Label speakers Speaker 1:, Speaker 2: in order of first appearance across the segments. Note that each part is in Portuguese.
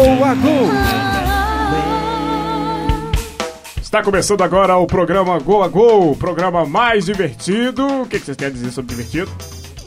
Speaker 1: Gol! Está Tá começando agora o programa Gol a Gol, o programa mais divertido. O que que vocês querem dizer sobre divertido?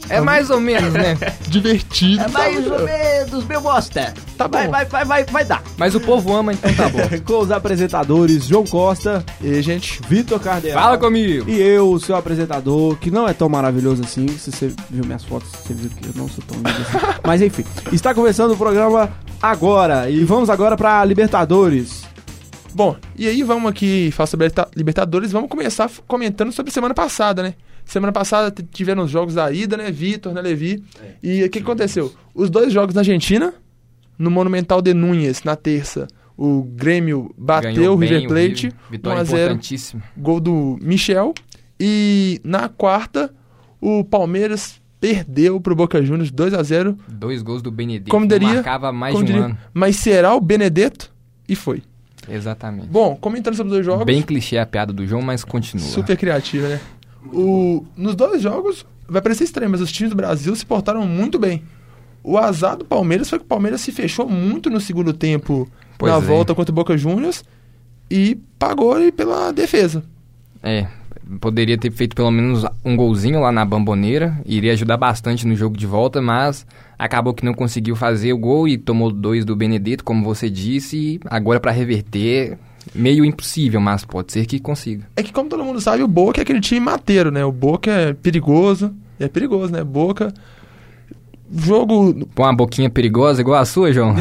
Speaker 2: É mais ou menos, né?
Speaker 3: Divertido.
Speaker 4: É mais ou menos, meu bosta.
Speaker 3: Tá bom.
Speaker 4: Vai, vai, vai, vai, vai dar.
Speaker 2: Mas o povo ama, então tá bom.
Speaker 3: Com os apresentadores João Costa e, gente, Vitor Cardeal.
Speaker 2: Fala comigo!
Speaker 3: E eu, o seu apresentador, que não é tão maravilhoso assim. Se você viu minhas fotos, você viu que eu não sou tão lindo assim. Mas enfim, está começando o programa agora. E vamos agora para Libertadores.
Speaker 5: Bom, e aí vamos aqui falar sobre a Liberta- Libertadores, vamos começar f- comentando sobre semana passada, né? Semana passada t- tiveram os jogos da ida, né? Vitor, né, Levi?
Speaker 2: É,
Speaker 5: E o que aconteceu? Os dois jogos na Argentina, no Monumental de Núñez, na terça, o Grêmio bateu
Speaker 2: Ganhou
Speaker 5: o
Speaker 2: bem
Speaker 5: River Plate,
Speaker 2: River.
Speaker 5: 1
Speaker 2: Vitória
Speaker 5: a 0
Speaker 2: importantíssima.
Speaker 5: gol do Michel. E na quarta, o Palmeiras perdeu pro Boca Juniors 2 a 0
Speaker 2: Dois gols do Benedetto.
Speaker 5: Como diria-
Speaker 2: Marcava há mais
Speaker 5: como
Speaker 2: de um
Speaker 5: diria-
Speaker 2: ano.
Speaker 5: Mas será o Benedetto? E foi.
Speaker 2: Exatamente.
Speaker 5: Bom, comentando sobre os dois jogos...
Speaker 2: Bem clichê a piada do João, mas continua.
Speaker 5: Super criativa, né? O, nos dois jogos, vai parecer estranho, mas os times do Brasil se portaram muito bem. O azar do Palmeiras foi que o Palmeiras se fechou muito no segundo tempo
Speaker 2: Pois
Speaker 5: na
Speaker 2: é.
Speaker 5: volta contra o Boca Juniors e pagou ele pela defesa.
Speaker 2: É, poderia ter feito pelo menos um golzinho lá na bamboneira, iria ajudar bastante no jogo de volta, mas acabou que não conseguiu fazer o gol e tomou dois do Benedetto, como você disse, e agora pra reverter, meio impossível, mas pode ser que consiga.
Speaker 5: É que, como todo mundo sabe, o Boca é aquele time mateiro, né? O Boca é perigoso, é perigoso, né? Boca. Jogo.
Speaker 2: Põe uma boquinha perigosa igual a sua, João.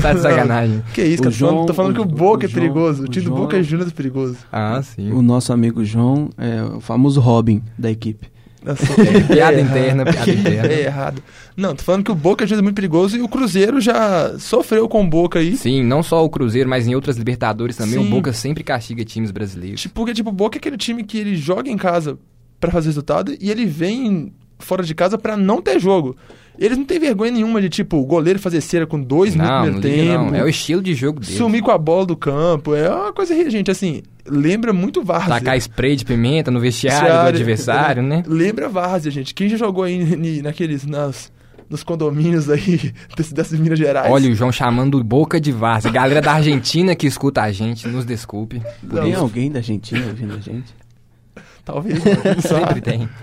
Speaker 2: tá de sacanagem.
Speaker 5: Que isso,
Speaker 3: O
Speaker 5: cara? Tô falando-
Speaker 3: João-
Speaker 5: tô falando que o
Speaker 3: o-
Speaker 5: Boca
Speaker 3: o
Speaker 5: é
Speaker 3: João-
Speaker 5: perigoso. O
Speaker 3: o
Speaker 5: time do
Speaker 3: João-
Speaker 5: Boca é Juniors é perigoso.
Speaker 2: Ah, sim.
Speaker 3: O nosso amigo João é o famoso Robin da equipe.
Speaker 5: Nossa,
Speaker 2: Piada interna, piada interna.
Speaker 5: É errado. Não, tô falando que o Boca às vezes é muito perigoso e o Cruzeiro já sofreu com o Boca aí.
Speaker 2: Sim, não só o Cruzeiro, mas em outras Libertadores também,
Speaker 5: Sim.
Speaker 2: o Boca sempre castiga times brasileiros.
Speaker 5: Tipo, porque tipo, o Boca é aquele time que ele joga em casa pra fazer resultado e ele vem fora de casa pra não ter jogo. Eles não têm vergonha nenhuma de, tipo, o goleiro fazer cera com dois
Speaker 2: Não, não
Speaker 5: minutos no
Speaker 2: liga,
Speaker 5: primeiro
Speaker 2: não. É o
Speaker 5: tempo.
Speaker 2: estilo de jogo deles.
Speaker 5: sumir com a bola do campo. É uma coisa, ri- gente, assim, lembra muito Várzea.
Speaker 2: Tacar spray de pimenta no vestiário do
Speaker 5: Vestiário.
Speaker 2: adversário, né?
Speaker 5: Lembra Várzea, gente. Quem já jogou aí ni- naqueles, nas, nos condomínios aí desse- dessas Minas Gerais?
Speaker 2: Olha o João chamando boca de várzea. Galera da Argentina que escuta a gente, nos desculpe.
Speaker 5: Não,
Speaker 3: Tem alguém da Argentina ouvindo a gente?
Speaker 5: Talvez. não, só-
Speaker 2: Sempre tem,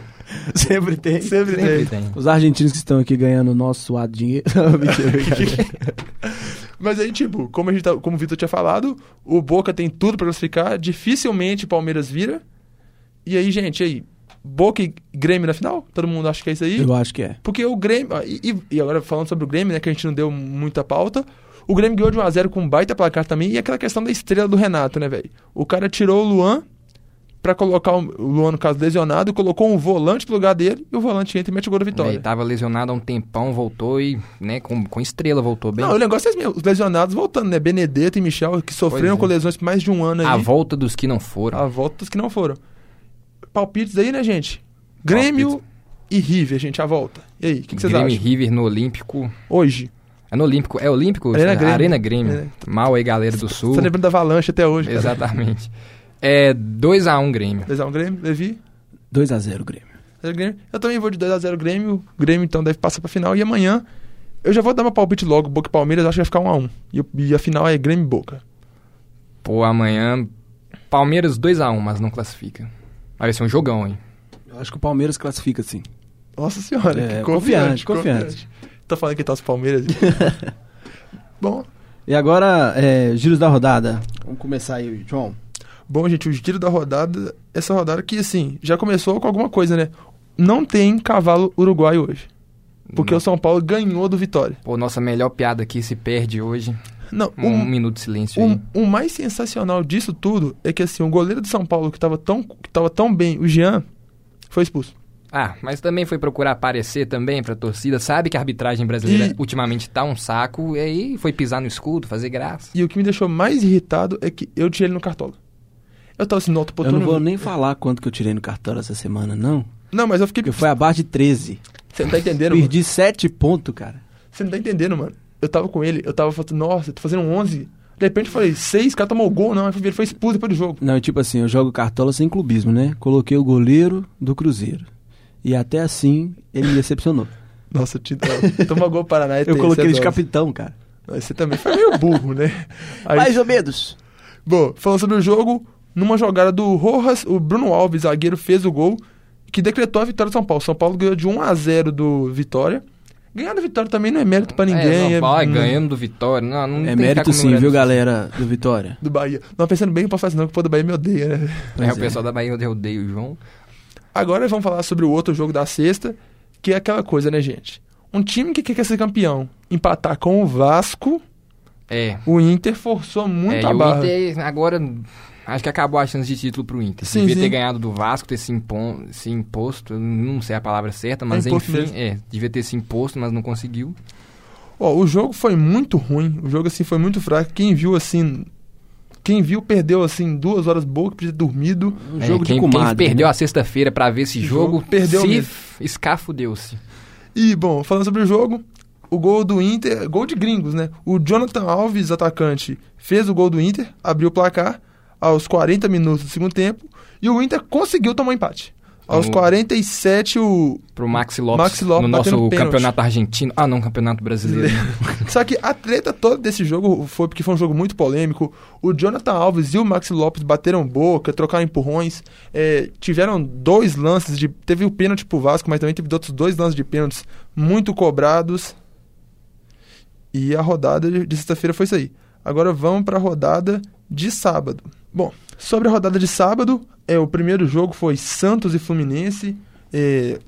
Speaker 3: Sempre tem.
Speaker 5: Sempre,
Speaker 2: sempre
Speaker 5: tem.
Speaker 2: tem.
Speaker 3: Os argentinos que estão aqui ganhando o nosso suado dinheiro. Mentira, brincadeira.
Speaker 5: Tá Mas aí, tipo, como, a gente tá- como o Vitor tinha falado, o Boca tem tudo pra classificar, dificilmente o Palmeiras vira. E aí, gente, e aí, Boca e Grêmio na final? Todo mundo acha que é isso aí?
Speaker 3: Eu acho que é.
Speaker 5: Porque o Grêmio. ah, E, e- e agora falando sobre o Grêmio, né, que a gente não deu muita pauta. O Grêmio ganhou de 1x0 com um baita placar também. E aquela questão da estrela do Renato, né, velho? O cara tirou o Luan pra colocar o o Luan, no caso, lesionado, colocou um volante pro lugar dele e o volante entra e mete o gol da
Speaker 2: Ele
Speaker 5: vitória.
Speaker 2: tava lesionado há um tempão, voltou e, né, com, com estrela voltou bem.
Speaker 5: Não, o negócio é esse mesmo. Os lesionados voltando, né? Benedetto e Michel, que sofreram
Speaker 2: é.
Speaker 5: com lesões por mais de um ano aí.
Speaker 2: a volta dos que não foram.
Speaker 5: A volta dos que não foram. Palpites aí, né, gente? Grêmio e River, gente, a volta. E aí, o que, que vocês
Speaker 2: Grêmio e
Speaker 5: acham?
Speaker 2: River no Olímpico.
Speaker 5: Hoje.
Speaker 2: É no Olímpico? É Olímpico?
Speaker 5: Arena
Speaker 2: É,
Speaker 5: Grêmio.
Speaker 2: Arena Grêmio.
Speaker 5: É.
Speaker 2: Mal aí, galera do Sul.
Speaker 5: Você tá lembrando da avalanche até hoje, cara.
Speaker 2: Exatamente. É 2x1 Grêmio.
Speaker 5: Lesão Grêmio, Levi.
Speaker 3: 2x0 Grêmio.
Speaker 5: Zero Grêmio. Eu também vou de 2x0 Grêmio. O Grêmio, então, deve passar pra final. E amanhã, eu já vou dar uma palpite logo. Boca e Palmeiras, acho que vai ficar 1x1. E, o- e a final é Grêmio e Boca.
Speaker 2: Pô, amanhã. Palmeiras 2x1, mas não classifica. Vai ser um jogão, hein?
Speaker 3: Eu acho que o Palmeiras classifica, sim.
Speaker 5: Nossa senhora,
Speaker 3: É,
Speaker 5: que confiante,
Speaker 3: confiante,
Speaker 5: confiante. Tá falando que tá os Palmeiras. Bom,
Speaker 3: E agora, é, giros da rodada. Vamos começar aí, João.
Speaker 5: Bom, gente, o giro da rodada, essa rodada que, assim, já começou com alguma coisa, né? Não tem cavalo uruguaio hoje. Porque o São Paulo ganhou do Vitória.
Speaker 2: Pô, nossa melhor piada aqui se perde hoje.
Speaker 5: Não,
Speaker 2: Um,
Speaker 5: o,
Speaker 2: minuto de silêncio aí.
Speaker 5: o, o mais sensacional disso tudo é que, assim, o goleiro do São Paulo que tava tão, que tava tão bem, o Jean, foi expulso.
Speaker 2: Ah, mas também foi procurar aparecer também pra torcida. Sabe que a arbitragem brasileira
Speaker 5: E-
Speaker 2: ultimamente tá um saco. E aí foi pisar no escudo, fazer graça.
Speaker 5: E o que me deixou mais irritado é que eu tirei ele no cartola. Eu tava assim, nota
Speaker 3: eu não vou nem falar quanto que eu tirei no cartório essa semana, não.
Speaker 5: Não, mas eu fiquei.
Speaker 3: Porque foi abaixo de 13.
Speaker 5: Você não tá entendendo, mano.
Speaker 3: Perdi 7 pontos, cara.
Speaker 5: Você não tá entendendo, mano. Eu tava com ele, eu tava falando, nossa, tô fazendo um 11. De repente eu falei, 6, cara tomou gol, não. Aí fui ver, Ele foi expulso depois do jogo.
Speaker 3: Não, tipo assim, eu jogo cartola sem clubismo, né? Coloquei o goleiro do Cruzeiro. E até assim, ele me decepcionou.
Speaker 5: Nossa, eu te... eu- tomou gol Paraná. é
Speaker 3: Eu coloquei ele de capitão, cara.
Speaker 5: Você também foi meio burro, né? Aí-
Speaker 4: Mais ou menos.
Speaker 5: Bom, falando sobre o jogo, numa jogada do Rojas, o Bruno Alves, zagueiro, fez o gol que decretou a vitória do São Paulo. São Paulo ganhou de 1 a 0 do Vitória. Ganhar da Vitória também não é mérito pra ninguém.
Speaker 2: É, São Paulo é
Speaker 5: hum,
Speaker 2: ganhando do Vitória. Não, não tem
Speaker 6: É
Speaker 2: que
Speaker 6: mérito
Speaker 2: tá
Speaker 6: sim,
Speaker 2: comemorando
Speaker 6: viu,
Speaker 2: isso.
Speaker 6: galera do Vitória?
Speaker 5: Do Bahia. Não, pensando bem, não posso fazer não, que o povo do Bahia me odeia, né?
Speaker 2: É,
Speaker 6: Pois
Speaker 2: o
Speaker 6: é.
Speaker 2: pessoal da Bahia eu odeio o João.
Speaker 5: Agora vamos falar sobre o outro jogo da sexta, que é aquela coisa, né, gente? Um time que quer ser campeão empatar com o Vasco,
Speaker 2: É.
Speaker 5: o Inter forçou muito
Speaker 2: é,
Speaker 5: a
Speaker 2: e
Speaker 5: barra.
Speaker 2: o Inter agora acho que acabou a chance de título pro Inter.
Speaker 5: Sim,
Speaker 2: Devia
Speaker 5: sim.
Speaker 2: ter ganhado do Vasco, ter se, impon- se imposto, eu não sei a palavra certa, mas
Speaker 5: imposto
Speaker 2: enfim,
Speaker 5: mesmo.
Speaker 2: é, devia ter se imposto, mas não conseguiu.
Speaker 5: Ó, o jogo foi muito ruim. O jogo, assim, foi muito fraco. Quem viu, assim... Quem viu perdeu, assim, duas horas boas, que podia ter dormido.
Speaker 6: Um
Speaker 2: É,
Speaker 6: jogo
Speaker 2: quem,
Speaker 6: de
Speaker 2: quem
Speaker 6: comadre.
Speaker 2: perdeu
Speaker 6: né?
Speaker 2: a sexta-feira pra ver esse
Speaker 5: Esse
Speaker 2: jogo,
Speaker 5: jogo perdeu
Speaker 2: se
Speaker 5: mesmo.
Speaker 2: escafudeu-se.
Speaker 5: E, bom, falando sobre o jogo, o gol do Inter... Gol de gringos, né? O Jonathan Alves, atacante, fez o gol do Inter, abriu o placar aos 40 minutos do segundo tempo. E o Inter conseguiu tomar um empate. Aos
Speaker 2: Vamos.
Speaker 5: 47, o...
Speaker 2: Pro Maxi Lopes,
Speaker 5: Maxi Lopes
Speaker 2: no
Speaker 5: batendo
Speaker 2: nosso
Speaker 5: pênalti.
Speaker 2: campeonato argentino. Ah, não, campeonato brasileiro.
Speaker 5: Só que a treta toda desse jogo foi porque foi um jogo muito polêmico. O Jonathan Alves e o Maxi Lopes bateram boca, trocaram empurrões, é, tiveram dois lances de. Teve o pênalti pro Vasco, mas também teve outros dois lances de pênaltis muito cobrados. E a rodada de de sexta-feira foi isso aí. Agora vamos pra rodada de sábado. Bom, sobre a rodada de sábado, é, o primeiro jogo foi Santos e Fluminense. É,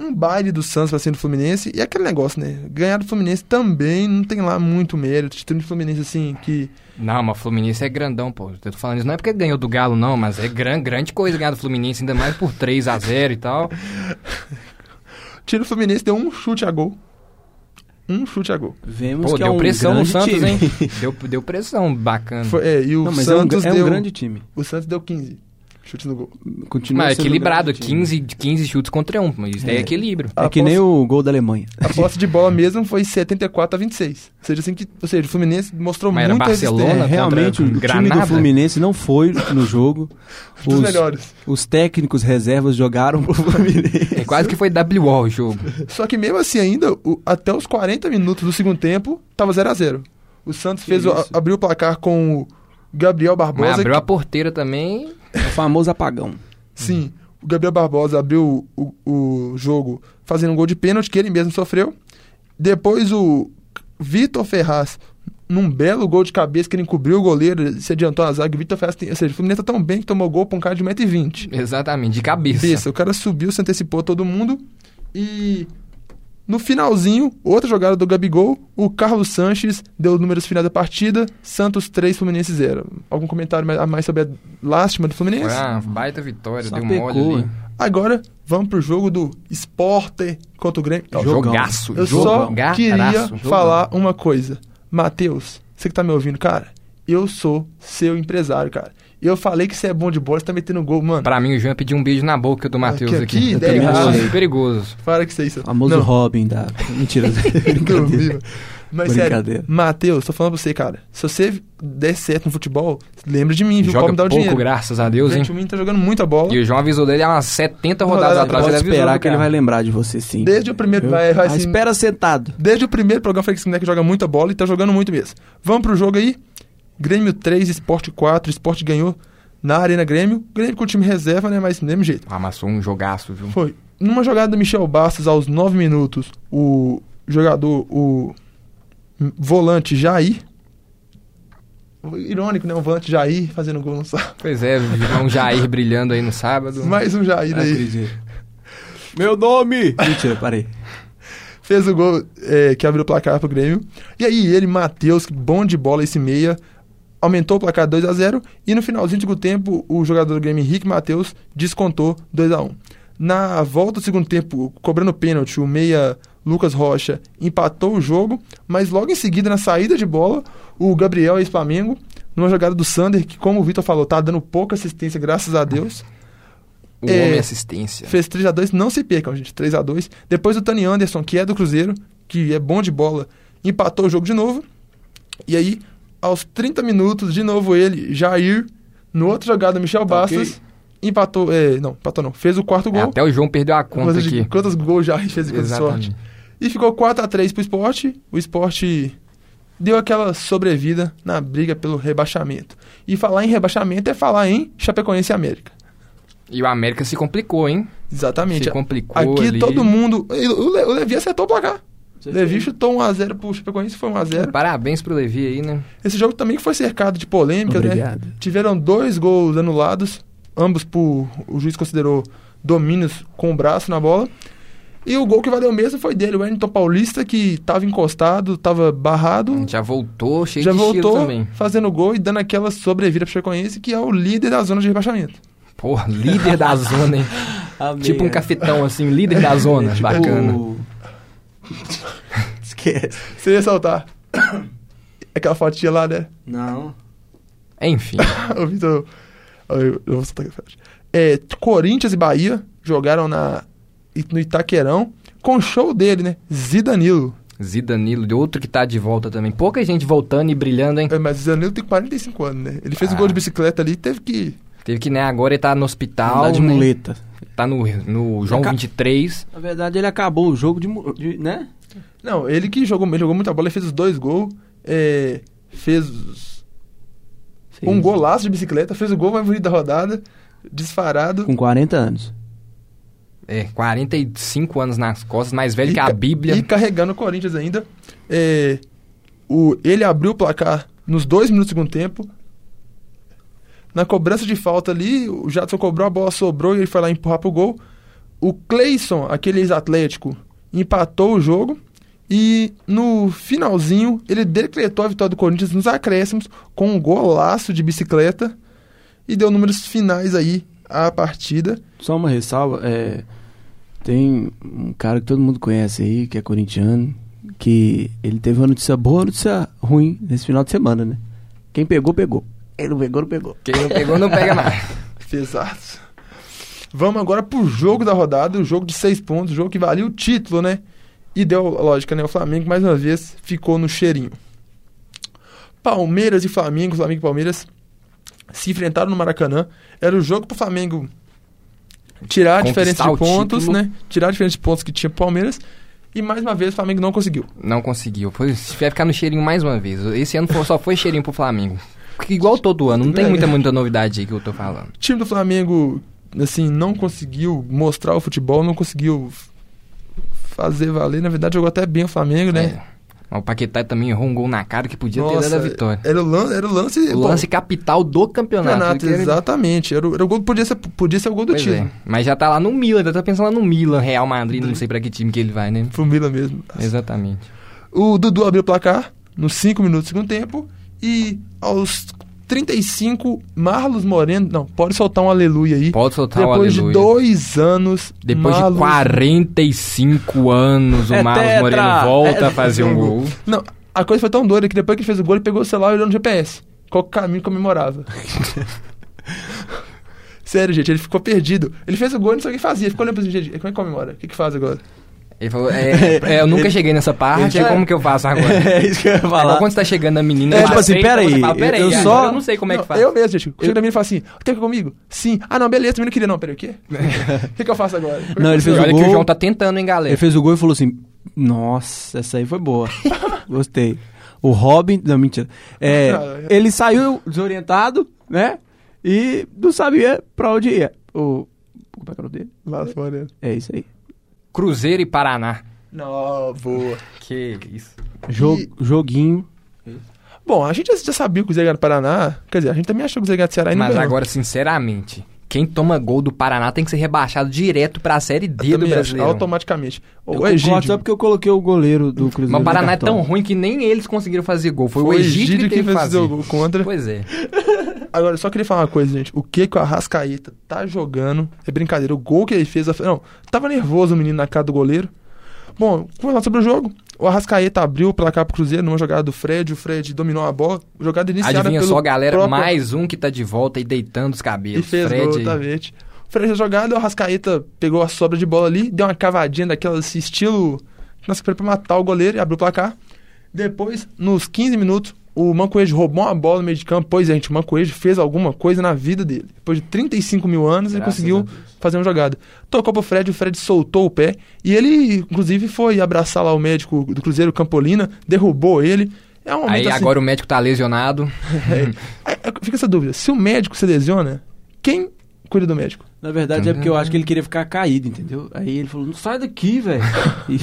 Speaker 5: um baile do Santos pra cima do Fluminense. E aquele negócio, né? Ganhar do Fluminense também não tem lá muito mérito. Título do Fluminense, assim, que.
Speaker 2: Não, mas o Fluminense é grandão, pô. Eu tô falando isso não é porque ganhou do Galo, não, mas é gran, grande coisa ganhar do Fluminense, ainda mais por 3 a 0 e tal.
Speaker 5: Tira o Fluminense, deu um chute a gol. Um chute a gol.
Speaker 6: Vemos
Speaker 2: Pô,
Speaker 6: que é
Speaker 2: deu
Speaker 6: um
Speaker 2: pressão no
Speaker 6: grande
Speaker 2: Santos,
Speaker 6: time.
Speaker 2: hein? Deu, deu pressão, bacana.
Speaker 5: Foi- é, e o
Speaker 6: Não, mas é um,
Speaker 5: Santos
Speaker 6: é um
Speaker 5: deu.
Speaker 6: grande time.
Speaker 5: O Santos deu 15 chutes no gol.
Speaker 6: Continua
Speaker 2: mas
Speaker 6: sendo um
Speaker 2: é equilibrado,
Speaker 6: grande time.
Speaker 2: 15, de 15 chutes contra um. mas Isso é,
Speaker 6: É.
Speaker 2: equilíbrio.
Speaker 6: É que nem o gol da Alemanha.
Speaker 5: A posse de bola mesmo foi 74 a 26. Ou seja, assim que, ou seja o Fluminense mostrou
Speaker 2: Mas era
Speaker 5: muita
Speaker 2: Barcelona? né?
Speaker 5: resistência.
Speaker 6: É, realmente, o time
Speaker 2: Granada?
Speaker 6: do Fluminense não foi no jogo.
Speaker 5: Dos
Speaker 6: Os,
Speaker 5: melhores.
Speaker 6: os técnicos reservas jogaram pro Fluminense.
Speaker 2: É quase que foi WO o jogo.
Speaker 5: Só que mesmo assim ainda, o- até os 40 minutos do segundo tempo, tava 0 a 0 O Santos fez o-
Speaker 6: isso.
Speaker 5: abriu o placar com o Gabriel Barbosa.
Speaker 2: Mas
Speaker 6: é
Speaker 2: abriu
Speaker 5: que-
Speaker 2: a porteira também.
Speaker 6: O famoso apagão.
Speaker 5: Sim, o Gabriel Barbosa abriu o, o jogo fazendo um gol de pênalti que ele mesmo sofreu. Depois o Vitor Ferraz, num belo gol de cabeça que ele encobriu o goleiro, se adiantou a zaga. O Vitor Ferraz, tem, ou seja, o Fluminense tá tão bem que tomou gol pra um cara de 1,20m.
Speaker 2: Exatamente, de cabeça.
Speaker 5: Isso, o cara subiu, se antecipou a todo mundo. E no finalzinho, outra jogada do Gabigol, o Carlos Sanches deu os números finais da partida, Santos 3, Fluminense 0. Algum comentário mais- a mais sobre a lástima do Fluminense?
Speaker 2: Foi ah, uma baita vitória,
Speaker 6: Só
Speaker 2: deu um
Speaker 5: um
Speaker 2: mole
Speaker 6: pecou,
Speaker 2: ali.
Speaker 6: hein?
Speaker 5: Agora vamos pro jogo do Sporter contra o Grêmio. Não,
Speaker 6: Jogão.
Speaker 2: Então, Jogaço,
Speaker 5: eu só
Speaker 2: Tá, jogão. Garaço,
Speaker 5: queria
Speaker 2: jogão.
Speaker 5: falar uma coisa. Matheus, você que tá me ouvindo, cara, eu sou seu empresário, cara. Eu falei que você é bom de bola, você tá metendo gol, mano.
Speaker 2: Pra mim, o João ia pedir um beijo na boca do Matheus
Speaker 5: Aqui,
Speaker 2: aqui. É
Speaker 5: aqui, Ah,
Speaker 6: deve
Speaker 2: perigoso,
Speaker 6: ser.
Speaker 2: perigoso.
Speaker 5: Para que você é isso.
Speaker 6: Famoso Robin da. Mentira, brincadeira.
Speaker 5: Não, Mas sério,
Speaker 6: Brincadeira.
Speaker 5: Matheus, tô falando pra você, cara. Se você der certo no futebol, lembra de mim, viu? Pode
Speaker 2: Joga
Speaker 5: me dar o
Speaker 2: pouco,
Speaker 5: dinheiro.
Speaker 2: graças a Deus, hein?
Speaker 5: Gente, o Menino tá jogando muita bola.
Speaker 2: E o João avisou dele há umas 70 rodadas
Speaker 5: Rodada
Speaker 2: atrás.
Speaker 6: Pode
Speaker 2: ele avisou
Speaker 6: esperar
Speaker 2: do
Speaker 6: que ele
Speaker 2: cara.
Speaker 6: vai lembrar de você sim.
Speaker 5: Desde o primeiro. Vai,
Speaker 6: Ah,
Speaker 5: vai, assim,
Speaker 6: espera sentado.
Speaker 5: Desde o primeiro programa eu falei que esse moleque joga muita bola e tá jogando muito mesmo. Vamos pro jogo aí. Grêmio 3, Sport 4. Sport ganhou na Arena Grêmio. Grêmio com o time reserva, né? Mas do mesmo jeito.
Speaker 2: Amassou um jogaço, viu?
Speaker 5: Foi. Numa jogada do Michel Bastos, aos 9 minutos, o jogador, o volante Jair. Irônico, né? Um volante Jair fazendo gol no sábado.
Speaker 2: Pois é, um Jair brilhando aí no sábado.
Speaker 5: Mais um Jair aí.
Speaker 3: Meu nome!
Speaker 6: Mentira, parei.
Speaker 5: fez o gol é, que abriu o placar pro Grêmio. E aí ele, Matheus, que bom de bola esse meia, aumentou o placar 2 a 0 e no finalzinho do segundo tempo, o jogador do Grêmio Henrique Matheus descontou 2 a 1. Na volta do segundo tempo, cobrando pênalti, o meia Lucas Rocha empatou o jogo, mas logo em seguida na saída de bola, o Gabriel ex-Flamengo numa jogada do Sander, que como o Vitor falou, tá dando pouca assistência, graças a Deus.
Speaker 2: O
Speaker 5: É.
Speaker 2: homem assistência.
Speaker 5: Fez 3x2, não se percam, gente. 3x2. Depois o Tony Anderson, que é do Cruzeiro, que é bom de bola, empatou o jogo de novo. E aí, aos 30 minutos, de novo ele, Jair, no outro jogado, Michel Bastos, empatou. É, não, empatou não. Fez o quarto
Speaker 2: Tá É,
Speaker 5: gol.
Speaker 2: até o João perdeu a conta
Speaker 5: Coisa de
Speaker 2: aqui.
Speaker 5: Quantos gols Jair fez com sorte? E ficou 4x3 pro esporte. O esporte deu aquela sobrevida na briga pelo rebaixamento. E falar em rebaixamento é falar em Chapecoense e América.
Speaker 2: E o América se complicou, hein?
Speaker 5: Exatamente.
Speaker 2: Se complicou
Speaker 5: Aqui
Speaker 2: ali.
Speaker 5: todo mundo. e O Le- o Levi acertou o placar. O Levi chutou 1x0 pro Chapecoense, foi 1x0.
Speaker 2: Parabéns pro Levi aí, né?
Speaker 5: Esse jogo também que foi cercado de polêmicas,
Speaker 6: Obrigado.
Speaker 5: né? Tiveram dois gols anulados, ambos por o juiz considerou domínios com o braço na bola. E o gol que valeu mesmo foi dele, o Wellington Paulista, que estava encostado, estava barrado,
Speaker 2: Já voltou cheio
Speaker 5: já
Speaker 2: de estilo
Speaker 5: voltou
Speaker 2: também.
Speaker 5: fazendo gol e dando aquela sobrevida para o Chapecoense, que é o líder da zona de rebaixamento.
Speaker 2: Porra, líder da zona, hein?
Speaker 6: é.
Speaker 2: tipo um cafetão, assim, líder da zona.
Speaker 5: Tipo
Speaker 6: Tipo
Speaker 2: Bacana.
Speaker 6: Esquece.
Speaker 5: Você ia saltar. Aquela fotinha lá, né?
Speaker 6: Não.
Speaker 2: Enfim,
Speaker 5: o Vitor. Eu, eu vou soltar aqui a frase. É, Corinthians e Bahia jogaram na, no Itaquerão com o show dele, né? Zidanilo.
Speaker 2: Zidanilo, de outro que tá de volta também. Pouca gente voltando e brilhando, hein?
Speaker 5: É, mas Zidanilo tem 45 anos, né? Ele fez o
Speaker 2: Ah.
Speaker 5: gol de bicicleta ali e teve que.
Speaker 2: Teve que, né, agora ele tá no hospital,
Speaker 6: Andar de
Speaker 2: né?
Speaker 6: muleta.
Speaker 2: tá no, no João
Speaker 6: Aca-
Speaker 2: 23.
Speaker 6: Na verdade, ele acabou o jogo de, mu- de- né?
Speaker 5: Não, ele que jogou, ele jogou muita bola, ele fez os dois gols. é, fez os- um golaço de bicicleta, fez o gol mais bonito da rodada, disparado.
Speaker 6: Com 40 anos.
Speaker 2: É, 45 anos nas costas, mais velho que a
Speaker 5: ca-
Speaker 2: Bíblia.
Speaker 5: E carregando o Corinthians ainda. É, o, ele abriu o placar nos dois minutos do segundo tempo. Na cobrança de falta ali, o Jadson cobrou, a bola sobrou e ele foi lá empurrar pro gol. O Cleison, aquele ex-atlético, empatou o jogo. E no finalzinho, ele decretou a vitória do Corinthians nos acréscimos com um golaço de bicicleta. E deu números finais aí à partida.
Speaker 6: Só uma ressalva, é, tem um cara que todo mundo conhece aí, que é corintiano, que ele teve uma notícia boa, uma notícia ruim nesse final de semana, né? Quem pegou, pegou. Quem não pegou, não pegou.
Speaker 2: Quem não pegou, não pega mais.
Speaker 5: Pesados. Vamos agora pro jogo da rodada, o jogo de seis pontos, o jogo que valia o título, né? E deu lógica, né? O Flamengo, mais uma vez, ficou no cheirinho. Palmeiras e Flamengo, Flamengo e Palmeiras se enfrentaram no Maracanã. Era o jogo pro Flamengo tirar a diferença
Speaker 2: Conquistar
Speaker 5: de
Speaker 2: o
Speaker 5: pontos,
Speaker 2: título.
Speaker 5: né? Tirar a diferença de pontos que tinha pro Palmeiras. E mais uma vez o Flamengo não conseguiu.
Speaker 2: Não conseguiu. Foi, se vai ficar no cheirinho mais uma vez. Esse ano foi- só foi cheirinho pro Flamengo. Porque Igual todo ano, não tem muita, muita novidade aí que eu tô falando.
Speaker 5: O time do Flamengo, assim, não conseguiu mostrar o futebol, não conseguiu f- fazer valer. Na verdade, jogou até bem o Flamengo, né?
Speaker 2: É. Mas o Paquetá também errou um gol na cara que podia ter dado a vitória.
Speaker 5: Era o lance, era o lance,
Speaker 6: é
Speaker 2: O
Speaker 5: bom,
Speaker 2: lance capital do
Speaker 5: do
Speaker 2: campeonato.
Speaker 5: campeonato,
Speaker 2: que ele-
Speaker 5: exatamente. Era, o- era o gol, podia ser, podia ser o gol do
Speaker 2: Pois
Speaker 5: time.
Speaker 2: é. Mas já tá lá no Milan, já tá pensando lá no Milan, Real Madrid, não sei pra que time que ele vai, né?
Speaker 5: Pro Milan mesmo.
Speaker 2: Exatamente.
Speaker 5: O Dudu abriu o placar nos 5 minutos do segundo tempo e aos 35, Marlos Moreno, não, pode soltar um aleluia aí.
Speaker 2: Pode soltar o
Speaker 5: Depois de
Speaker 2: aleluia.
Speaker 5: dois anos,
Speaker 2: Depois
Speaker 5: Marlos-
Speaker 2: de 45 anos, o
Speaker 6: É
Speaker 2: Marlos
Speaker 6: tetra!
Speaker 2: Moreno
Speaker 6: É
Speaker 2: volta a fazer um
Speaker 5: tetra!
Speaker 2: gol.
Speaker 5: Não, a coisa foi tão doida que depois que ele fez o gol, ele pegou o celular e olhou no GPS. Qual que caminho comemorava. Sério, gente, ele ficou perdido. Ele fez o gol e não sabia o que fazia. Ficou olhando pra gente, gente, como é que comemora? O que, que faz agora?
Speaker 2: Ele falou, é, é, eu nunca cheguei nessa parte, é como que eu faço agora?
Speaker 6: É isso que eu ia
Speaker 2: É igual
Speaker 6: falar.
Speaker 2: quando você tá chegando a menina,
Speaker 6: É,
Speaker 2: ela
Speaker 6: tipo assim,
Speaker 2: aceita,
Speaker 6: peraí,
Speaker 2: você fala, peraí,
Speaker 6: eu
Speaker 2: agora
Speaker 6: só-
Speaker 2: eu não sei como é que
Speaker 5: Não,
Speaker 2: faz.
Speaker 5: Eu mesmo, gente. Chega pra mim e fala assim, tem que ir comigo? Sim. Ah, não, beleza. Também não queria não. Peraí, o quê? O que, que eu faço agora?
Speaker 6: Não, ele fez
Speaker 2: E
Speaker 6: o
Speaker 2: olha
Speaker 6: gol.
Speaker 2: que o João tá tentando, hein, galera.
Speaker 6: Ele fez o gol e falou assim: Nossa, essa aí foi boa. Gostei. O Robin. Não, mentira. É, ele saiu desorientado, né? E não sabia pra onde ia. O. Como é que é o nome dele?
Speaker 5: Lá fora.
Speaker 6: É isso aí.
Speaker 2: Cruzeiro e Paraná.
Speaker 5: Não, boa.
Speaker 2: Que isso.
Speaker 6: Jo- Joguinho.
Speaker 5: Bom, a gente já- já sabia que o Zé Gato do Paraná... Quer dizer, a gente também achou que o Zé Gato do Ceará ainda
Speaker 2: Mas
Speaker 5: não ganhou.
Speaker 2: agora, sinceramente, quem toma gol do Paraná tem que ser rebaixado direto pra Série
Speaker 5: Eu
Speaker 2: D é do
Speaker 5: também acho,
Speaker 2: Brasileiro.
Speaker 5: automaticamente.
Speaker 6: Eu
Speaker 5: O
Speaker 6: concordo,
Speaker 5: Egídio.
Speaker 6: só porque eu coloquei o goleiro do Cruzeiro.
Speaker 2: Mas o
Speaker 6: no
Speaker 2: Paraná é
Speaker 6: cartão.
Speaker 2: tão ruim que nem eles conseguiram fazer gol. Foi,
Speaker 5: né? Foi
Speaker 2: o Egídio que teve que
Speaker 5: fez
Speaker 2: fazer.
Speaker 5: o gol contra.
Speaker 2: Pois é.
Speaker 5: Agora, eu só queria falar uma coisa, gente. O que que o Arrascaeta tá jogando é brincadeira. O gol que ele fez... a- Não, tava nervoso o menino na cara do goleiro. Bom, vamos falar sobre o jogo. O Arrascaeta abriu o placar pro Cruzeiro numa jogada do Fred. O Fred dominou a bola. Jogada iniciada
Speaker 2: Adivinha
Speaker 5: pelo
Speaker 2: só, galera,
Speaker 5: próprio-
Speaker 2: mais um que tá de volta e deitando os
Speaker 5: E
Speaker 2: cabelos.
Speaker 5: fez
Speaker 2: Fred
Speaker 5: gol, tá
Speaker 2: aí.
Speaker 5: exatamente. O Fred fez a jogada, o Arrascaeta pegou a sobra de bola ali. Deu uma cavadinha daquela assim, estilo... Nossa, que foi pra matar o goleiro e abriu o placar. Depois, nos 15 minutos, o Mancoejo roubou uma bola no meio de campo. Pois é, gente, o Mancoejo fez alguma coisa na vida dele. Depois de 35 mil anos, ele
Speaker 2: Graças a
Speaker 5: conseguiu fazer uma jogada. Tocou pro Fred, o Fred soltou o pé. E ele, inclusive, foi abraçar lá o médico do Cruzeiro, Campolina, derrubou ele. É um momento
Speaker 2: Aí
Speaker 5: assim,
Speaker 2: agora o médico tá lesionado.
Speaker 5: é- é- fica essa dúvida. Se o médico se lesiona, quem cuida do médico?
Speaker 6: Na verdade é porque eu acho que ele queria ficar caído, entendeu? Aí ele falou, não sai daqui, velho. E-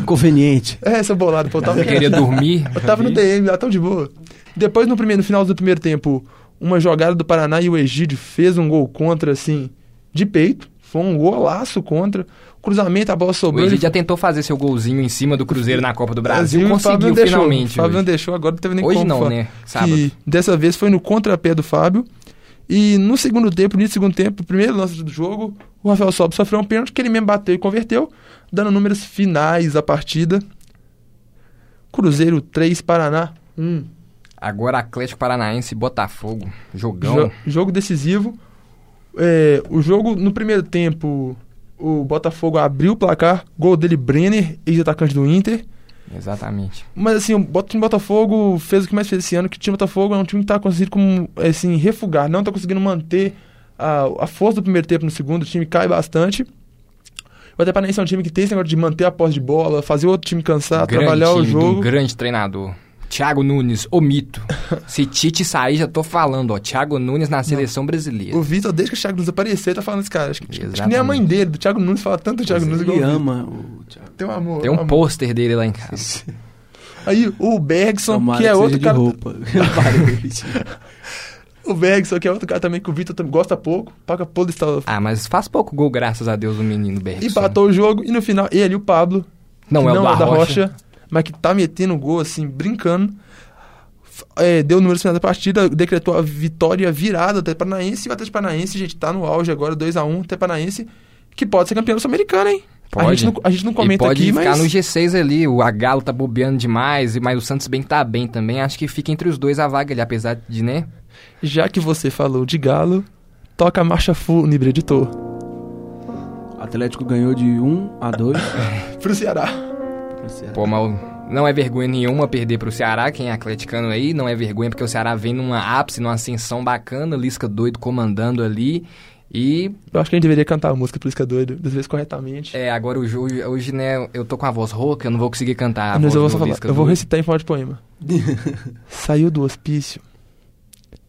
Speaker 6: Inconveniente.
Speaker 5: É essa bolada, pô. eu Tava,
Speaker 2: Eu queria dormir.
Speaker 5: eu tava no DM, lá tão de boa. Depois, no, primeiro, no final do primeiro tempo, uma jogada do Paraná e o Egídio fez um gol contra, assim, de peito. Foi um golaço contra. Cruzamento, a bola
Speaker 2: O
Speaker 5: sobrou.
Speaker 2: Egito
Speaker 5: ele
Speaker 2: já tentou fazer seu golzinho em cima do Cruzeiro na Copa do Brasil.
Speaker 5: e o Fábio
Speaker 2: Conseguiu
Speaker 5: não deixou.
Speaker 2: finalmente.
Speaker 5: O Fábio não
Speaker 2: hoje.
Speaker 5: deixou, agora não teve nem
Speaker 2: Hoje
Speaker 5: como
Speaker 2: não,
Speaker 5: falar.
Speaker 2: né? Sábado.
Speaker 5: Que dessa vez foi no contrapé do Fábio. E no segundo tempo, no início do segundo tempo, primeiro lance do jogo, o Rafael Sobe sofreu um pênalti que ele mesmo bateu e converteu, dando números finais à partida. Cruzeiro 3, Paraná 1.
Speaker 2: Agora Atlético Paranaense e Botafogo. Jogão.
Speaker 5: Jo- jogo decisivo. É, o jogo, no primeiro tempo, o Botafogo abriu o placar, gol dele Brenner, ex-atacante do Inter.
Speaker 2: Exatamente.
Speaker 5: Mas assim, o Bot- time Botafogo fez o que mais fez esse ano, que o time Botafogo é um time que tá conseguindo como, assim, refugar, não tá conseguindo manter a, a força do primeiro tempo no segundo, o time cai bastante. O Até Paranaense é um time que tem esse negócio de manter a posse de bola, fazer o outro time cansar,
Speaker 2: grande
Speaker 5: trabalhar
Speaker 2: time,
Speaker 5: o
Speaker 2: de Um
Speaker 5: jogo.
Speaker 2: grande treinador. Thiago Nunes, o mito. Se Tite sair, já tô falando, ó. Thiago Nunes na seleção brasileira.
Speaker 5: O Vitor, desde que o Thiago Nunes apareceu, tá falando esse cara. Acho que, acho que nem a
Speaker 2: Exatamente.
Speaker 5: mãe dele, do Thiago Nunes, fala tanto do Thiago Nunes igual.
Speaker 6: Ele
Speaker 5: o Vitor.
Speaker 6: ama o Thiago.
Speaker 5: Tem um amor.
Speaker 2: Tem
Speaker 5: amor.
Speaker 2: um pôster dele lá em casa.
Speaker 5: Aí o Bergson,
Speaker 6: Tomara
Speaker 5: que é
Speaker 6: seja
Speaker 5: outro
Speaker 6: de
Speaker 5: cara.
Speaker 6: roupa.
Speaker 5: O Bergson, que é outro cara também que o Vitor também gosta pouco, paga pouco de estalo.
Speaker 2: Ah, mas faz pouco gol, graças a Deus, o menino Bergson.
Speaker 5: Empatou o jogo e no final ele e o Pablo,
Speaker 2: Não,
Speaker 5: que
Speaker 2: é o da, Rocha.
Speaker 5: mas que tá metendo gol assim, brincando. F- é, deu o número final da partida, decretou a vitória virada do Atlético Paranaense. E o Atlético Paranaense, gente, tá no auge agora, 2x1, Atlético Paranaense, que pode ser campeão sul-americano, hein? A,
Speaker 2: Pode.
Speaker 5: gente não, a gente não comenta
Speaker 2: e pode
Speaker 5: aqui,
Speaker 2: ficar
Speaker 5: mas.
Speaker 2: no G6 ali. O Galo tá bobeando demais, e- mas o Santos bem que tá bem também. Acho que fica entre os dois a vaga ali, apesar de, né?
Speaker 5: Já que você falou de Galo, toca a marcha fúnebre, editor,
Speaker 6: Atlético ganhou de 1 a Tá 2.
Speaker 5: pro Ceará.
Speaker 2: Pô, mas o- não é vergonha nenhuma perder pro Ceará, quem é atleticano aí, não é vergonha porque o Ceará vem numa ápice, numa ascensão bacana, Lisca doido comandando ali. E
Speaker 5: Eu acho que a gente deveria cantar a música por isso que é doido, das vezes corretamente.
Speaker 2: é, agora o jogo, hoje, né, eu tô com a voz rouca, eu não vou conseguir cantar a
Speaker 5: Mas
Speaker 2: voz
Speaker 5: eu vou
Speaker 2: do
Speaker 5: só falar,
Speaker 2: Lisca
Speaker 5: eu vou
Speaker 2: doido.
Speaker 5: recitar em forma de poema. Saiu do hospício,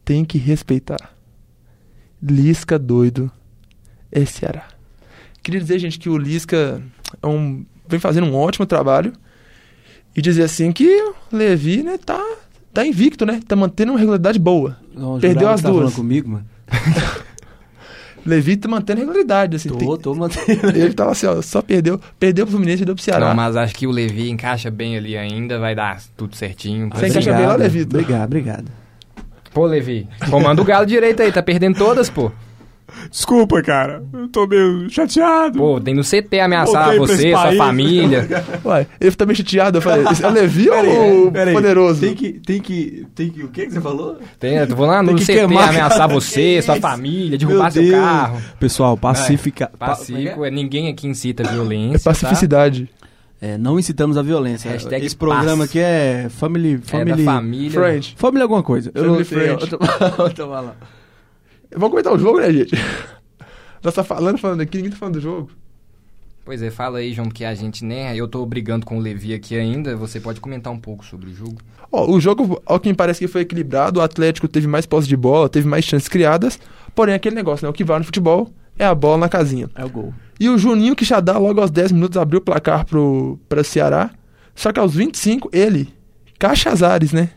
Speaker 5: tem que respeitar. Lisca doido é Ceará. Queria dizer, gente, que o Lisca é um- vem fazendo um ótimo trabalho. E dizer assim que o Levi, né, tá, tá invicto, né? Tá mantendo uma regularidade boa.
Speaker 6: Não, eu
Speaker 5: Perdeu
Speaker 6: jurava
Speaker 5: as
Speaker 6: que tava
Speaker 5: duas.
Speaker 6: falando comigo, mano.
Speaker 5: Levi tá mantendo a regularidade, assim.
Speaker 6: Tô,
Speaker 5: tem-
Speaker 6: tô mantendo.
Speaker 5: Ele tava assim, ó, só perdeu. Perdeu pro Fluminense, perdeu pro Ceará.
Speaker 2: Não, mas acho que o Levi encaixa bem ali ainda, vai dar tudo certinho.
Speaker 5: Você encaixa bem lá, né, Vitor?
Speaker 6: Obrigado, obrigado.
Speaker 2: Pô, Levi, comanda o galo direito aí, tá perdendo todas, pô.
Speaker 1: Desculpa, cara. Eu tô meio chateado.
Speaker 2: Pô, tem no CT
Speaker 1: Voltei
Speaker 2: ameaçar
Speaker 1: pra esse
Speaker 2: você, sua
Speaker 1: país.
Speaker 2: família.
Speaker 5: Ué, ele ficou meio chateado. Eu falei, esse é o Levi ou o poderoso? É
Speaker 3: Tem que, tem que, tem que, o que que você falou?
Speaker 2: Tem, eu vou lá no
Speaker 3: Tem que
Speaker 2: CT
Speaker 3: queimar,
Speaker 2: ameaçar
Speaker 3: cara.
Speaker 2: você, sua família, derrubar
Speaker 3: Meu
Speaker 2: seu
Speaker 3: Deus.
Speaker 2: carro.
Speaker 6: Pessoal, pacifica.
Speaker 2: Pacífico, é, ninguém aqui incita violência. tá?
Speaker 5: É pacificidade.
Speaker 6: É, não incitamos a violência.
Speaker 2: Hashtag
Speaker 6: Esse programa
Speaker 2: paz.
Speaker 6: aqui é Family.
Speaker 2: Tá? É da
Speaker 6: family
Speaker 2: família.
Speaker 5: Friend.
Speaker 6: Family alguma coisa. Eu
Speaker 5: Family
Speaker 6: não sei.
Speaker 5: friend.
Speaker 6: Eu tô- eu tô falando.
Speaker 5: Vamos comentar o jogo, né, gente? Nós tá falando, falando aqui, ninguém tá falando do jogo.
Speaker 2: Pois é, fala aí, João, porque a gente, né? Eu tô brigando com o Levi aqui ainda. Você pode comentar um pouco sobre o jogo.
Speaker 5: Ó, o jogo, ao que me parece que foi equilibrado, o Atlético teve mais posse de bola, teve mais chances criadas, porém aquele negócio, né? O que vale no futebol é a bola na casinha.
Speaker 6: É o gol.
Speaker 5: E o Juninho Quixadá, logo aos 10 minutos, abriu o placar pro, pra Ceará. Só que aos 25, ele, Cachazares, né?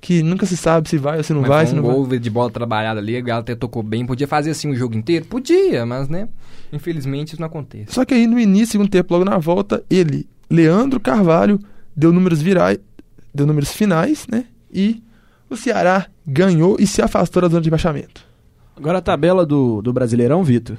Speaker 5: Que nunca se sabe se vai ou se não
Speaker 2: Mas
Speaker 5: vai, se
Speaker 2: foi um
Speaker 5: não vai.
Speaker 2: gol de bola trabalhada ali, o Galo até tocou bem. Podia fazer assim o jogo inteiro? Podia, mas, né? Infelizmente isso não acontece.
Speaker 5: Só que aí no início, segundo tempo, logo na volta, ele, Leandro Carvalho, deu números virais, deu números finais, né? E o Ceará ganhou e se afastou da zona de baixamento.
Speaker 6: Agora a tabela do, do Brasileirão, Vitor.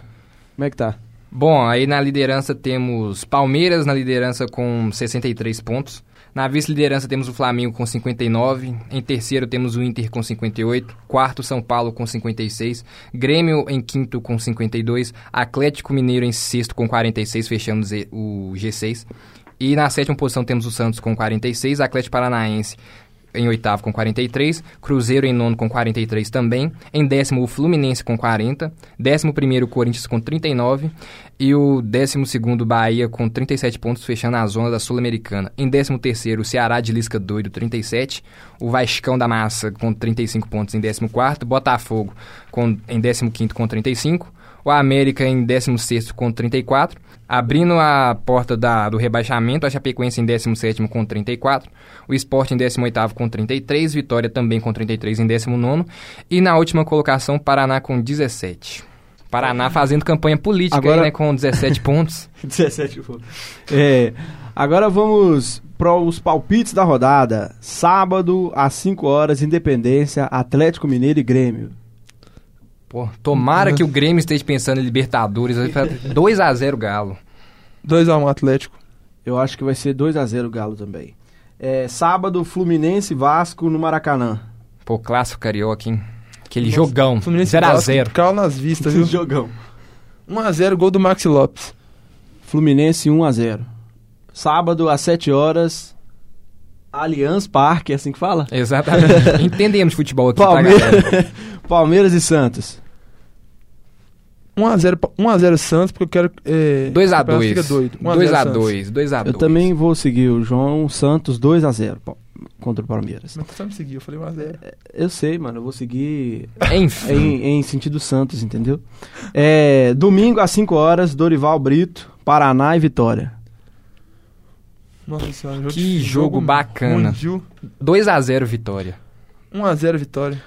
Speaker 6: Como é que tá?
Speaker 2: Bom, aí na liderança temos Palmeiras na liderança com 63 pontos. Na vice-liderança temos o Flamengo com 59, em terceiro temos o Inter com 58, quarto São Paulo com 56, Grêmio em quinto com 52, Atlético Mineiro em sexto com 46, fechando Z- o G6. E na sétima posição temos o Santos com 46, Atlético Paranaense em oitavo com 43, Cruzeiro em nono com 43 também, em décimo o Fluminense com 40, décimo primeiro o Corinthians com 39 e o décimo segundo o Bahia com 37 pontos, fechando a zona da Sul-Americana. Em décimo terceiro o Ceará de Lisca doido, 37, o Vascão da Massa com 35 pontos em décimo quarto, Botafogo com, em décimo quinto com 35, o América em 16 com 34. Abrindo a porta da- do rebaixamento, a Chapecoense em 17 com 34. O Sport em 18 com 33. Vitória também com 33 em 19. E na última colocação, Paraná com 17. Paraná fazendo campanha política aí,
Speaker 6: Agora-
Speaker 2: né, com 17 pontos.
Speaker 6: 17 foi. É, agora vamos para os palpites da rodada. Sábado, às 5 horas, Independência, Atlético Mineiro e Grêmio.
Speaker 2: Pô, tomara que o Grêmio esteja pensando em Libertadores. 2x0 Galo.
Speaker 5: 2x1 Atlético.
Speaker 6: Eu acho que vai ser 2 a 0 o Galo também. É, sábado, Fluminense e Vasco no Maracanã.
Speaker 2: Pô, clássico carioca, hein? Aquele jogão.
Speaker 5: Fluminense
Speaker 2: 0x0.
Speaker 5: Cal nas vistas, viu?
Speaker 6: Jogão.
Speaker 5: 1x0, gol do Maxi Lopes.
Speaker 6: Fluminense 1 a 0. Sábado, às 7 horas, Allianz Parque, é assim que fala?
Speaker 2: Exatamente. Entendemos de futebol aqui,
Speaker 6: Palmeiras.
Speaker 2: tá, galera?
Speaker 6: Palmeiras e Santos.
Speaker 5: 1x0 pa- 1x0 Santos, porque eu quero. É, o campeonato
Speaker 2: 2x2.
Speaker 5: Fica doido. 1 a 0 Santos.
Speaker 2: 2x2. 2x2.
Speaker 6: Eu também vou seguir o João Santos 2 a 0 pa- contra o Palmeiras.
Speaker 5: Mas tu só me seguiu, eu falei 1x0.
Speaker 6: Eu sei, mano, eu vou seguir
Speaker 2: Enfim.
Speaker 6: em, em sentido Santos, entendeu? É, domingo às 5 horas, Dorival Brito, Paraná e Vitória.
Speaker 5: Nossa senhora, um jogo
Speaker 2: Que jogo bacana. 2x0 vitória.
Speaker 5: 1x0 vitória.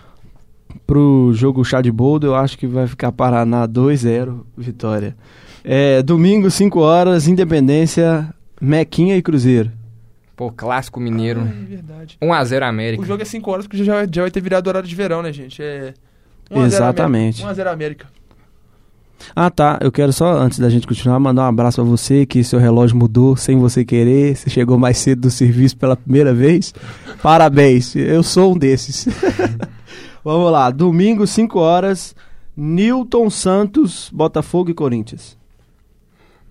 Speaker 6: Pro jogo chá de boldo, eu acho que vai ficar Paraná 2-0, Vitória. É, domingo, 5 horas, Independência, Mequinha e Cruzeiro.
Speaker 2: Pô, clássico mineiro.
Speaker 5: Ai, verdade.
Speaker 2: 1x0 América.
Speaker 5: O jogo é 5 horas, porque já, vai- já vai ter virado horário de verão, né, gente? É. 1 a 0
Speaker 6: Exatamente.
Speaker 5: América. 1x0 América.
Speaker 6: Ah, tá. Eu quero só, antes da gente continuar, mandar um abraço pra você, que seu relógio mudou sem você querer, você chegou mais cedo do serviço pela primeira vez. Parabéns, eu sou um desses. Vamos lá, domingo, 5 horas, Newton Santos, Botafogo e Corinthians.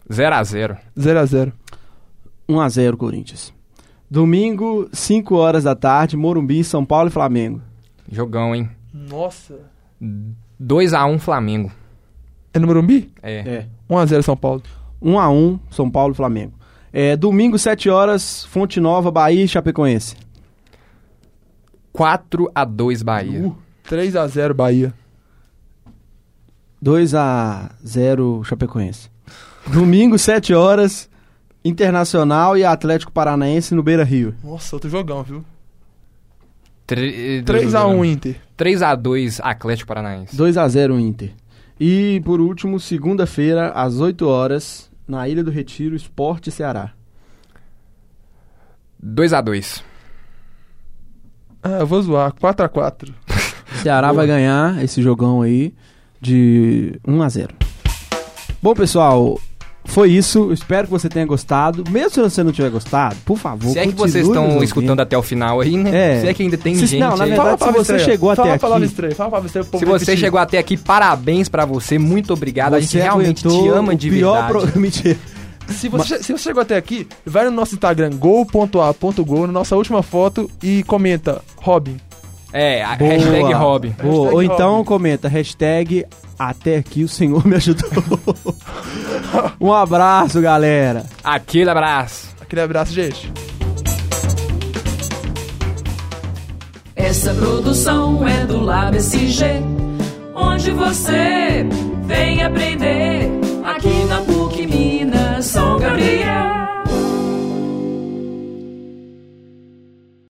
Speaker 2: 0x0.
Speaker 5: 0x0.
Speaker 6: 1 a 0 Corinthians. Domingo, 5 horas da tarde, Morumbi, São Paulo e Flamengo.
Speaker 2: Jogão, hein?
Speaker 5: Nossa.
Speaker 2: 2x1 Flamengo.
Speaker 5: É no Morumbi?
Speaker 2: É.
Speaker 5: 1x0 São Paulo.
Speaker 6: 1 a 1 São Paulo e Flamengo. É, domingo, 7 horas, Fonte Nova, Bahia e Chapecoense.
Speaker 2: 4x2 Bahia.
Speaker 5: Uh. 3x0 Bahia.
Speaker 6: 2 a 0 Chapecoense. Domingo, 7 horas, Internacional e Atlético Paranaense no Beira Rio.
Speaker 5: Nossa, outro jogão, viu?
Speaker 2: Tre-
Speaker 5: 3x1 Inter.
Speaker 2: 3x2 Atlético Paranaense.
Speaker 6: 2 a 0 Inter. E por último, segunda-feira, às 8 horas, na Ilha do Retiro, Esporte Ceará.
Speaker 2: 2x2.
Speaker 5: Ah, eu vou zoar. 4x4.
Speaker 6: Ceará vai ganhar esse jogão aí de 1 a 0. Bom, pessoal, foi isso. Espero que você tenha gostado. Mesmo se você não tiver gostado, por favor,
Speaker 2: Se é que
Speaker 6: continue
Speaker 2: vocês
Speaker 6: nos
Speaker 2: estão
Speaker 6: ouvindo.
Speaker 2: escutando até o final aí, né?
Speaker 6: É.
Speaker 2: Se é que ainda tem
Speaker 6: Se-
Speaker 2: gente.
Speaker 6: não, na
Speaker 2: aí.
Speaker 6: verdade, se você chegou
Speaker 5: fala
Speaker 6: até
Speaker 5: uma palavra
Speaker 6: aqui-
Speaker 5: estranha. Fala uma palavra estranha. pro
Speaker 2: Se
Speaker 5: povo
Speaker 2: você
Speaker 5: repetir.
Speaker 2: chegou até aqui, parabéns pra você. Muito obrigado. a gente
Speaker 6: Você
Speaker 2: realmente te
Speaker 6: aguentou
Speaker 2: ama
Speaker 6: o
Speaker 2: de
Speaker 6: pior
Speaker 2: verdade.
Speaker 6: pro- Mentira.
Speaker 5: Se você, se você chegou até aqui, vai no nosso Instagram, gol.a.gol, na nossa última foto e comenta, Robin.
Speaker 2: É, a
Speaker 6: Boa.
Speaker 2: hashtag Robin.
Speaker 6: Ou, ou
Speaker 5: Hashtag
Speaker 6: então
Speaker 5: Robin.
Speaker 6: comenta, hashtag até aqui o senhor me ajudou. um abraço, galera.
Speaker 2: Aquele abraço.
Speaker 5: Aquele abraço, gente.
Speaker 7: Essa produção é do Lab SG, onde você vem aprender aqui na PUC Minas São Gabriel.